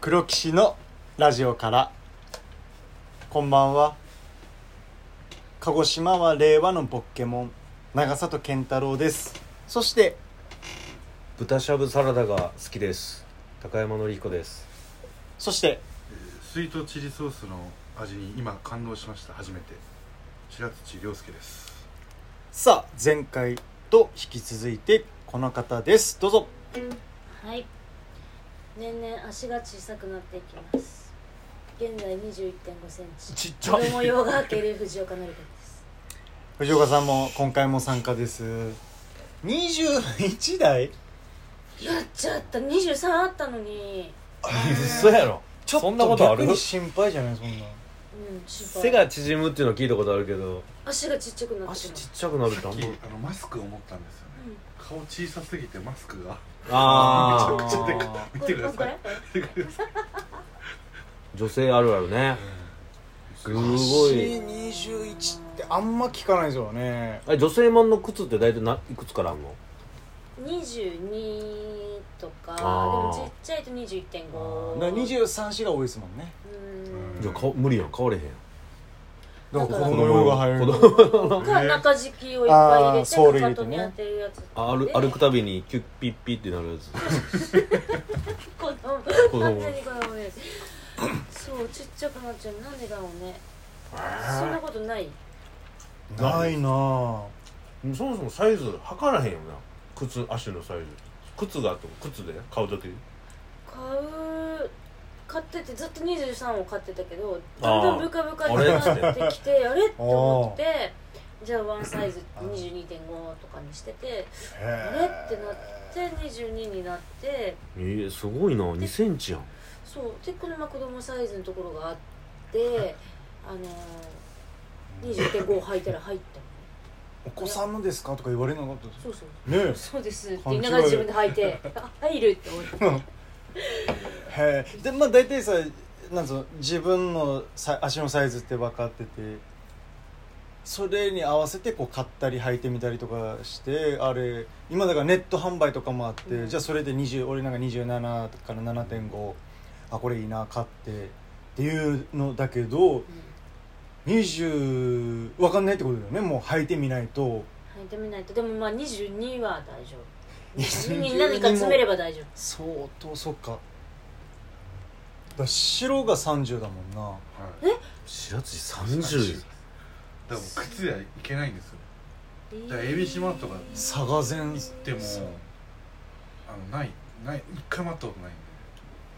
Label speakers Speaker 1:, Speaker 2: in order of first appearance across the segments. Speaker 1: 黒騎士のラジオからこんばんは鹿児島は令和のポケモン長里健太郎ですそして
Speaker 2: 豚しゃぶサラダが好きです高山紀彦です
Speaker 1: そして
Speaker 3: スイートチリソースの味に今感動しました初めて白土亮介です
Speaker 1: さあ前回と引き続いてこの方ですどうぞ
Speaker 4: はい年々足が小さくなっていきます現在2 1 5センチ
Speaker 1: ちっ
Speaker 4: 子供用が開ける藤岡典子です
Speaker 1: 藤岡さんも今回も参加です21台
Speaker 4: やっちゃった23あったのに
Speaker 2: 嘘やろ
Speaker 1: ちょっ
Speaker 2: そんなことある
Speaker 1: 逆に心配じゃないそんな
Speaker 4: うん心
Speaker 2: 背
Speaker 4: 配
Speaker 2: が縮むっていうのは聞いたことあるけど
Speaker 4: 足がちっちゃくなって
Speaker 2: 足
Speaker 4: き
Speaker 2: ち
Speaker 4: ま
Speaker 2: っ
Speaker 4: す
Speaker 2: ちゃくなるって
Speaker 3: さ
Speaker 2: あ
Speaker 3: っ
Speaker 2: ん
Speaker 3: き
Speaker 2: ま
Speaker 3: あのマスクを持ったんですよね顔小さすぎてマスクが
Speaker 2: あ
Speaker 3: めちゃくちゃでかい見
Speaker 4: こ
Speaker 3: て
Speaker 4: れ
Speaker 3: く
Speaker 4: こ
Speaker 3: だ
Speaker 4: れこ
Speaker 3: さい
Speaker 4: れ
Speaker 3: 見てください
Speaker 2: ー女性あるあるねす
Speaker 1: 足
Speaker 2: ごい
Speaker 1: 21ってあんま聞かないですよね
Speaker 2: あれ女性マンの靴って大体ないくつからあんの
Speaker 4: 22とかで
Speaker 2: あー
Speaker 4: もちっちゃいと21.5
Speaker 1: だから23子が多いですもんね
Speaker 4: うん
Speaker 2: じゃあか無理やん変われへん
Speaker 1: だか
Speaker 4: だからら
Speaker 1: 子供用が入る
Speaker 2: 子供
Speaker 4: か中敷きをいっぱい入
Speaker 1: あー
Speaker 4: れ
Speaker 1: ソール
Speaker 4: て
Speaker 1: 入れ
Speaker 4: かか
Speaker 1: て
Speaker 4: と
Speaker 1: ね
Speaker 4: に当てるやつ
Speaker 2: あ歩
Speaker 4: で
Speaker 2: 歩くたびにキュッピッピってなるやつ
Speaker 4: 子供
Speaker 2: 子供
Speaker 4: 完全に子供ですそうちっちゃくなっちゃうなんでだろうねそんなことない
Speaker 1: ないなぁ
Speaker 5: そもそもサイズ測らへんよな靴足のサイズ靴があっても靴で買う時
Speaker 4: 買う買っててずっと23を買ってたけどだんだんブカブカになってきてあれって思ってじゃあワンサイズ22.5とかにしててあれってなって22になって
Speaker 2: えー、すごいな2センチやん
Speaker 4: そうでこのまま子供サイズのところがあってあのー、20.5を履いたら入った
Speaker 1: お子さんのですかとか言われなかったです
Speaker 4: そうそう
Speaker 1: ね
Speaker 4: そうですって言いながら自分で履いてあ入るって思って
Speaker 1: えへえでまあ大体さなんつうの自分のさ足のサイズって分かっててそれに合わせてこう買ったり履いてみたりとかしてあれ今だからネット販売とかもあって、
Speaker 4: うん
Speaker 1: じゃあそれで20俺なんか27から7.5あこれいいな買ってっていうのだけど20分かんないってことだよねもう履いてみない と
Speaker 4: 履いてみないとでもまあ22は大丈夫
Speaker 1: 22
Speaker 4: 22何か詰めれば大丈夫
Speaker 1: 相当そっかだから白が30だもんな
Speaker 3: はい
Speaker 2: 白土
Speaker 3: 30
Speaker 2: 30
Speaker 3: だからもう靴ではいけないんですよだから海老島とか
Speaker 1: 佐賀前
Speaker 3: でもあのないない一回も会ったことないんで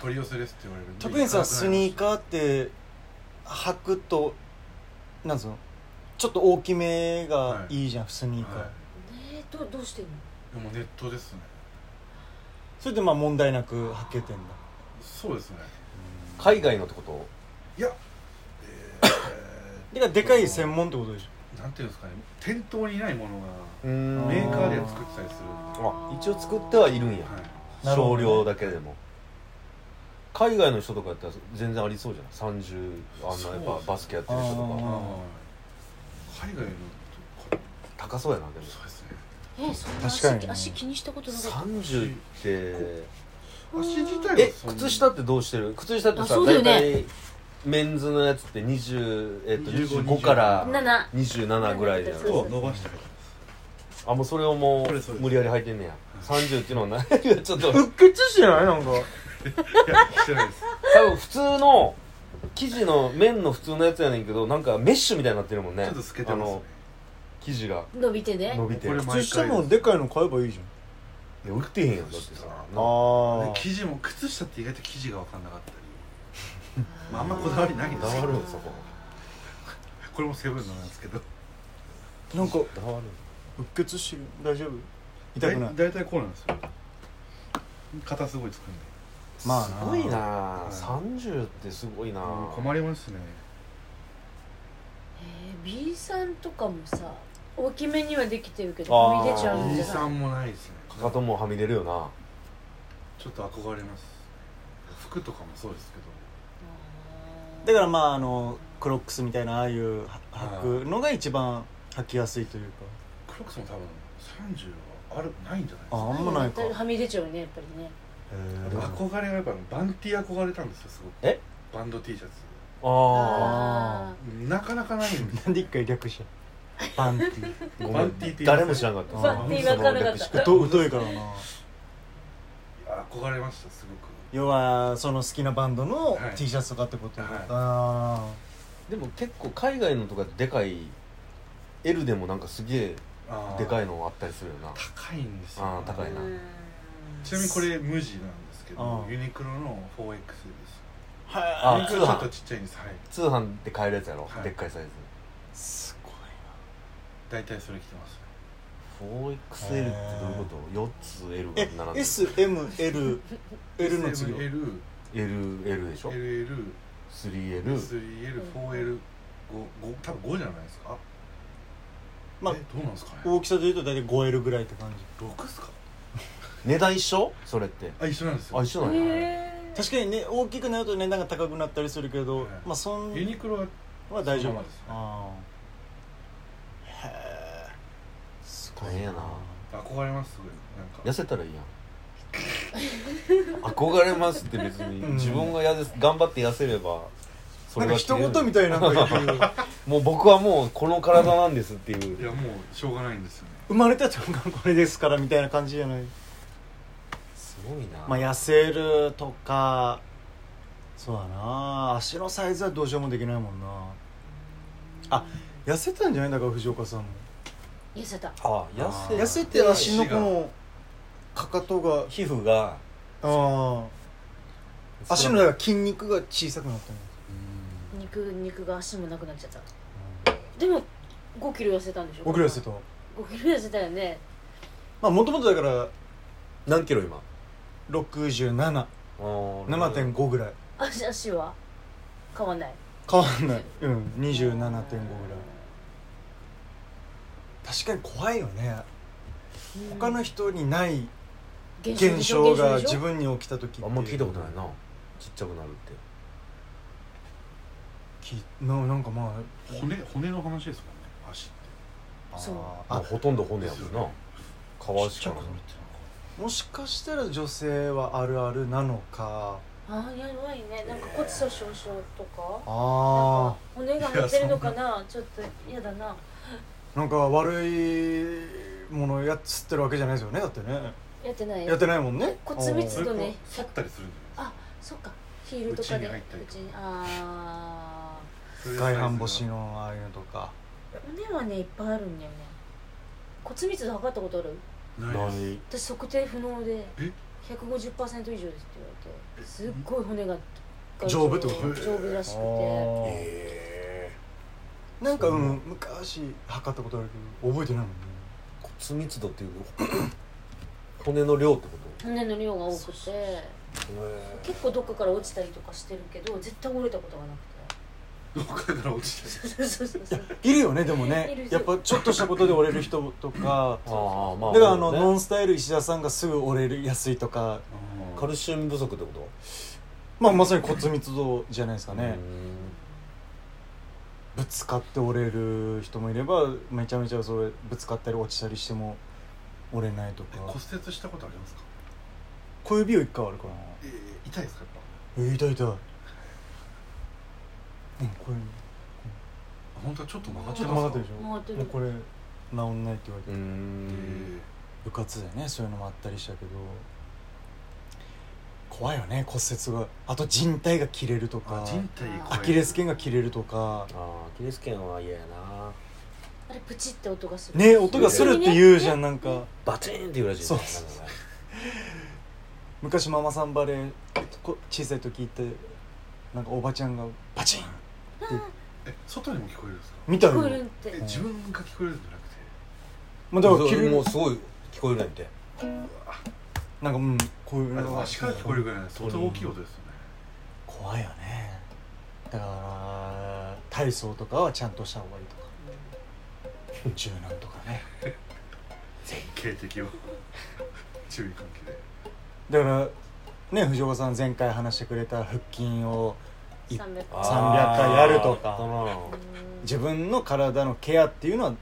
Speaker 3: 取り寄せですって言われるんで
Speaker 1: 特にさスニー
Speaker 3: ー
Speaker 1: カーって履くとなんつうのちょっと大きめがいいじゃん、スニーカー、
Speaker 3: は
Speaker 4: えー、どどうしてんの
Speaker 3: いでもネットですね
Speaker 1: それでまあ問題なく履けてんだ
Speaker 3: そうですね
Speaker 2: 海外のってこと
Speaker 3: いや
Speaker 1: でかでかい専門ってことでし
Speaker 3: なんていうんですかね店頭にないもの
Speaker 2: うーん
Speaker 3: がメーカーで作ってたりする
Speaker 2: あ一応作ってはいるんや
Speaker 3: はい
Speaker 1: なるほど
Speaker 2: 少
Speaker 1: ね
Speaker 2: 量だけでも海外の人とかやったら全然ありそうじゃない30あんなやっぱバスケやってる人と
Speaker 1: あ
Speaker 2: か
Speaker 3: はい海外のこれ
Speaker 2: 高そうやなでも
Speaker 3: そうですね
Speaker 4: えー、そんな足
Speaker 1: 確かにね
Speaker 4: 足気にしたことなかった
Speaker 2: 30って
Speaker 3: 足自体は
Speaker 2: え
Speaker 3: そんな
Speaker 2: 靴下ってどうしてる靴下って
Speaker 4: あ
Speaker 2: さ
Speaker 4: そうだよ
Speaker 2: 大
Speaker 4: ね
Speaker 2: 体メンズのやつって20えっと
Speaker 3: 25
Speaker 2: 25から
Speaker 4: 7
Speaker 2: 27ぐらいじゃん
Speaker 3: そう伸ばしてる
Speaker 2: あもうそれをも
Speaker 3: これそう
Speaker 2: う
Speaker 3: です
Speaker 2: 無理やり履いてんねや30っていう のは何がちょっと
Speaker 1: う血してないなんか
Speaker 3: いやしてないです
Speaker 2: 多分普通の生地の面の普通のやつやねんけどなんかメッシュみたいになってるもんね
Speaker 3: ちょっと透けてま
Speaker 2: あ
Speaker 3: すね
Speaker 2: の生地が
Speaker 4: 伸びてね
Speaker 2: 伸びて
Speaker 3: これ毎回
Speaker 1: 靴下もでかいの買えばいいじゃん
Speaker 2: いや売ってへんやんだって
Speaker 1: あ
Speaker 2: さ
Speaker 3: で生地も靴下って意外と生地が分かんなかったりまああんまこだわりないんで
Speaker 2: こ
Speaker 3: す
Speaker 2: だ
Speaker 3: け
Speaker 2: わる
Speaker 3: ど
Speaker 2: んそこ
Speaker 3: これもセブンのなんですけど
Speaker 1: なんかう
Speaker 2: こだわる
Speaker 1: っ血してる大丈夫痛くない
Speaker 3: だいたいこうなんですよ肩すごいつくんです
Speaker 2: ごいな30ってすごいな
Speaker 3: もう困りますね
Speaker 4: えー、B さんとかもさ大きめにはできてるけど
Speaker 2: あー
Speaker 4: はみ出ちゃうん
Speaker 3: B
Speaker 4: じゃ
Speaker 3: さ
Speaker 4: ない
Speaker 3: んもないですね
Speaker 2: かかともはみ出るよな
Speaker 3: ちょっと憧れます服とかもそうですけど
Speaker 1: だからまああのクロックスみたいなああいうは履くのが一番履きやすいというか
Speaker 3: クロックスも多分30はあるないんじゃないです
Speaker 1: あ
Speaker 3: か
Speaker 1: あんまないか
Speaker 4: はみ出ちゃうねやっぱりね
Speaker 1: ーうん
Speaker 3: 憧れがやっぱあのバンティ憧れたんですよすごく
Speaker 2: え
Speaker 3: バンド T シャツ
Speaker 2: あ
Speaker 4: あ
Speaker 3: なかなかないんで
Speaker 1: なんで一回略してバンティ
Speaker 2: あごめ
Speaker 3: バンティっ
Speaker 2: ん
Speaker 3: て言います
Speaker 2: 誰も知らなかった
Speaker 4: バンティわかんなかっ
Speaker 2: その略
Speaker 4: た
Speaker 2: 式
Speaker 1: 疎疎いからない
Speaker 3: 憧れましたすご
Speaker 1: 要はその好きなバンドの
Speaker 3: はい
Speaker 1: T シャツとかってこと、
Speaker 3: はい
Speaker 1: あ
Speaker 2: でも結構海外のとかでかい L でもなんかすげえ
Speaker 3: くあー
Speaker 2: でかいのあったりするよな
Speaker 3: 高いんですよ
Speaker 2: あー高
Speaker 4: あ
Speaker 2: いな
Speaker 3: ちなみにこれ無地なんですけど
Speaker 1: あー
Speaker 3: ユニクロの 4X です
Speaker 1: あ
Speaker 2: あ
Speaker 3: ユニクロちょっとちっちゃいんですはい
Speaker 2: 通販で買えるやつやろ、
Speaker 3: はい
Speaker 2: でっかいサイズ
Speaker 1: すごい
Speaker 3: 大体それ着てます
Speaker 2: 4XL ってどういうこと ?4 つ L
Speaker 1: え
Speaker 2: が並んでる
Speaker 1: SMLL の次は
Speaker 3: SML
Speaker 2: L L でしょ
Speaker 3: LL
Speaker 2: 3L
Speaker 3: 3L、4L、5、多分5じゃないですか。
Speaker 1: まあ
Speaker 3: えどうなんですかね。
Speaker 1: 大きさでいうと大体 5L ぐらいって感じ
Speaker 3: 6ですか。
Speaker 2: 値段一緒それって
Speaker 3: あ、一緒なんですよ。
Speaker 2: あ一緒
Speaker 4: ー
Speaker 2: なんや、
Speaker 4: へー
Speaker 1: 確かにね大きくなると値段が高くなったりするけど、
Speaker 3: はい
Speaker 1: まあそん
Speaker 3: ユニクロは
Speaker 1: は大丈
Speaker 3: そのま
Speaker 1: 夫
Speaker 3: まですね
Speaker 1: ああへえす
Speaker 2: 大変やな
Speaker 3: 憧れますすごいなんか。
Speaker 2: 痩せたらい いやん憧れますって別に
Speaker 1: うん
Speaker 2: 自分がやです頑張って痩せればそ
Speaker 1: な
Speaker 2: れ
Speaker 1: ん
Speaker 2: が
Speaker 1: か一言みたいなんか言う
Speaker 2: もう僕はもうこの体なんですってい
Speaker 3: いうやもうしょうがないんですよね。
Speaker 1: 生まれた瞬間これですからみたいな感じじゃない
Speaker 2: すごいな、
Speaker 1: まあ痩せるとかそうだな足のサイズはどうしようもできないもんなあ痩せたんじゃないんだから藤岡さんも
Speaker 4: 痩せた
Speaker 2: あ痩せ
Speaker 1: 痩せて足のこのかかとが
Speaker 2: 皮膚が
Speaker 1: ああ足のだから筋肉が小さくなったんだ
Speaker 4: 肉肉が足もなくなっちゃったでも5キロ痩せたんでしょ
Speaker 1: 5キロ痩せたま
Speaker 4: 5キロ痩せたよね
Speaker 1: あもともとだから
Speaker 2: 何キロ今
Speaker 1: 677.5ぐらい
Speaker 4: 足足は変わんない
Speaker 1: 変わんないうん27.5ぐらい確かに怖いよね他の人にない
Speaker 4: 現
Speaker 1: 現象が自分に起きた時って
Speaker 2: あんま聞いたことないなちっちゃくなるって
Speaker 1: きななんかま
Speaker 3: 骨骨の話ですもんね。足って。
Speaker 1: あ
Speaker 4: そう
Speaker 2: まあ
Speaker 1: あ
Speaker 2: ほとんど骨やもんな皮しかない
Speaker 3: ちっちゃくなって
Speaker 1: もしかしたら女性はあるあるなのか
Speaker 4: あやばいねなんか骨粗しょう症とかなん
Speaker 1: あ
Speaker 4: か骨が張ってるのかなちょっと嫌だな
Speaker 1: あんか悪いものやっつってるわけじゃないですよねだってね
Speaker 4: やってない
Speaker 1: やってないもんね
Speaker 4: 骨密
Speaker 3: それ
Speaker 4: 度
Speaker 3: こ
Speaker 4: ね
Speaker 3: そ反ったりするんじゃない
Speaker 4: そっかヒールとかで
Speaker 3: 内に入ったりとか
Speaker 4: 内にあ
Speaker 3: ですかそれでサ
Speaker 1: 外
Speaker 3: イズが
Speaker 1: 反母趾のああいうのとか
Speaker 4: ー骨はねいっぱいあるんだよね骨密度測ったことある
Speaker 3: ないです。
Speaker 4: 私測定不能で
Speaker 3: え
Speaker 4: 150%以上ですって言われてすっごい骨が
Speaker 1: 丈夫ってこと
Speaker 4: 丈夫らしくて
Speaker 2: え
Speaker 1: なんかうん昔測ったことあるけど覚えてないもんね
Speaker 2: ー骨密度っていう 骨の量ってこと
Speaker 4: 骨の量が多くて
Speaker 2: へ
Speaker 4: 結構どっかから落ちたりとかしてるけど絶対折れたことがな
Speaker 3: どっかから落ちてる。
Speaker 4: くてそうそう そうそう
Speaker 1: いるよ ねでも
Speaker 4: いる
Speaker 1: ね
Speaker 4: いる
Speaker 1: やっぱちょっとしたことで折れる人と か
Speaker 2: ーああまあ
Speaker 1: だからあの、
Speaker 2: ね
Speaker 1: ノンスタイル石田さんがすぐ折れるやすいとか
Speaker 2: カルシウム不足ってこと
Speaker 1: まあまさに骨密度じゃないですかね
Speaker 2: う、
Speaker 1: ぶ
Speaker 2: ん
Speaker 1: つかって折れる人もいればめちゃめちゃそれぶつかったり落ちたりしても折れないと
Speaker 3: え
Speaker 1: か
Speaker 3: 骨折したことありますか。
Speaker 1: 小指を一回あるかな
Speaker 3: えー痛いですかやっぱ。
Speaker 1: え痛い痛いうんこれ
Speaker 3: あ本当はちょっと曲がっ
Speaker 1: ち
Speaker 3: て
Speaker 1: ょっと
Speaker 3: ま
Speaker 1: 曲がって
Speaker 3: すか。
Speaker 1: るでしょ
Speaker 4: 曲がってる
Speaker 1: もうこれ治んないって言われて、
Speaker 2: うーん
Speaker 3: え
Speaker 1: 部活でねそういうのもあったりしたけど怖いよね骨折があと靭帯が切れると
Speaker 3: ーあ
Speaker 1: か
Speaker 3: 人体怖
Speaker 1: ア
Speaker 3: い
Speaker 1: キレス腱が切れるとか
Speaker 2: ああアキレス腱は嫌やな
Speaker 4: あれプチって音がする
Speaker 1: ね音がするって言うじゃんなんか
Speaker 2: バチーンって言うらしい
Speaker 1: そう
Speaker 2: なんかね
Speaker 1: 昔ママさんバレーこ小さい時行ってなんかおばちゃんがバチン
Speaker 3: え外にも聞こえるんですか。
Speaker 1: 見た
Speaker 4: 聞
Speaker 1: よ
Speaker 4: こえるって
Speaker 3: え自分が聞こえるんじゃなくて。
Speaker 1: まあだから
Speaker 2: そう
Speaker 1: 君
Speaker 2: もう
Speaker 1: も
Speaker 2: すごい聞こえるなんて
Speaker 1: なんかうんこういう
Speaker 3: あ
Speaker 1: の
Speaker 3: の
Speaker 1: が
Speaker 3: 足から聞こえるぐらいの相当大きい音ですよね、
Speaker 1: 怖いよねだから体操とかはちゃんとした方がいいとか柔軟とかね
Speaker 3: 警笛を 注意喚起で
Speaker 1: だからね藤岡さん前回話してくれた腹筋をい
Speaker 4: 300
Speaker 2: あー
Speaker 1: 300回やるとか
Speaker 2: あったな
Speaker 1: 自分の体のケアっていうのは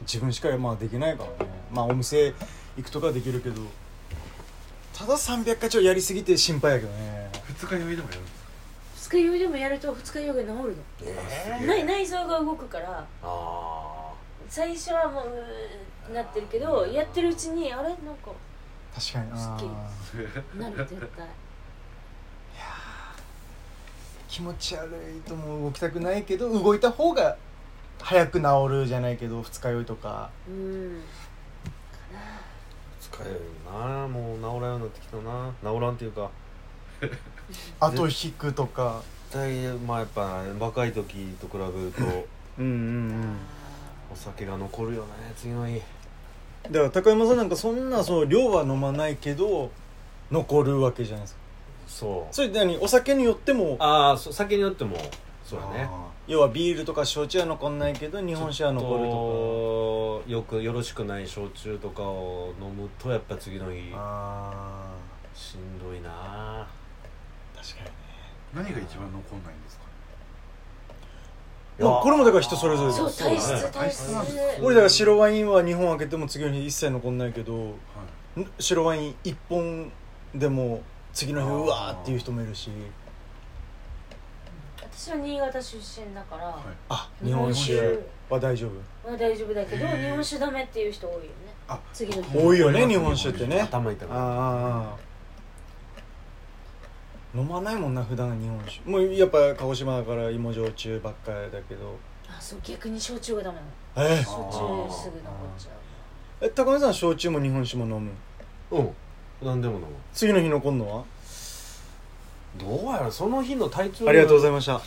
Speaker 1: 自分しかまあできないからねまあお店行くとかはできるけどただ300回ちょっとやりすぎて心配やけどね
Speaker 3: 二日酔いでもやるんです
Speaker 4: 二日酔いでもやると二日酔いが治るの、
Speaker 5: え
Speaker 4: 内内臓が動くから
Speaker 5: あ
Speaker 4: 最初はもううーなってるけどやってるうちにあれなんか
Speaker 1: 確かにな
Speaker 4: すっきりなる絶対
Speaker 1: 気持ち悪いとも動きたくないけど動いた方が早く治るじゃないけど二日酔いとか
Speaker 4: うん
Speaker 2: 使えるなもう治らんようになってきたな治らんっていうか
Speaker 1: あと引くとか
Speaker 2: 大まあやっぱ若い時と比べると
Speaker 1: うんうん
Speaker 2: お酒が残るよね次の日
Speaker 1: うんだから高山さんなんかそんなその量は飲まないけど残るわけじゃないですか
Speaker 2: そう
Speaker 1: それって何お酒によっても
Speaker 2: ああ酒によってもそうだね
Speaker 3: あ
Speaker 1: 要はビールとか焼酎は残んないけど日本酒は残ると
Speaker 2: とよくよろしくない焼酎とかを飲むとやっぱ次の日
Speaker 1: かあ
Speaker 2: しんどいな
Speaker 1: あ確かに
Speaker 3: ー何が一番残んないんですか
Speaker 1: まあこれもだから人それぞれです
Speaker 4: そう体
Speaker 2: そうだね
Speaker 4: 質体質
Speaker 3: 体質
Speaker 1: 俺だから白ワインは2本開けても次の日一切残んないけど
Speaker 3: はい
Speaker 1: ん白ワイン1本でも次の日
Speaker 3: あー
Speaker 1: うわーっていう人もいるし
Speaker 4: 私は新潟出身だから、
Speaker 3: い
Speaker 1: あ日
Speaker 4: 日
Speaker 1: 本
Speaker 4: 本
Speaker 1: 酒
Speaker 4: 酒
Speaker 1: は大丈夫
Speaker 4: は大丈夫だけど
Speaker 3: へ
Speaker 4: 日
Speaker 3: ー
Speaker 4: 本酒ダメっていう人多いよね
Speaker 3: あ
Speaker 4: 次の日
Speaker 1: 多いよね日本酒ってね
Speaker 2: 頭痛くなる
Speaker 1: ああ飲まないもんな普段日本酒もうやっぱ鹿児島だから芋焼酎ばっかりだけど
Speaker 4: あそう逆に焼酎がダメなの
Speaker 1: え
Speaker 3: あ
Speaker 4: 焼
Speaker 3: ー
Speaker 4: 酎すぐ残っちゃ
Speaker 1: え高見さん焼酎も日本酒も飲む
Speaker 2: うん何でも飲む
Speaker 1: 次の日残んのは
Speaker 2: どうやらその日の体調
Speaker 1: ありがとうござ
Speaker 2: い
Speaker 1: いました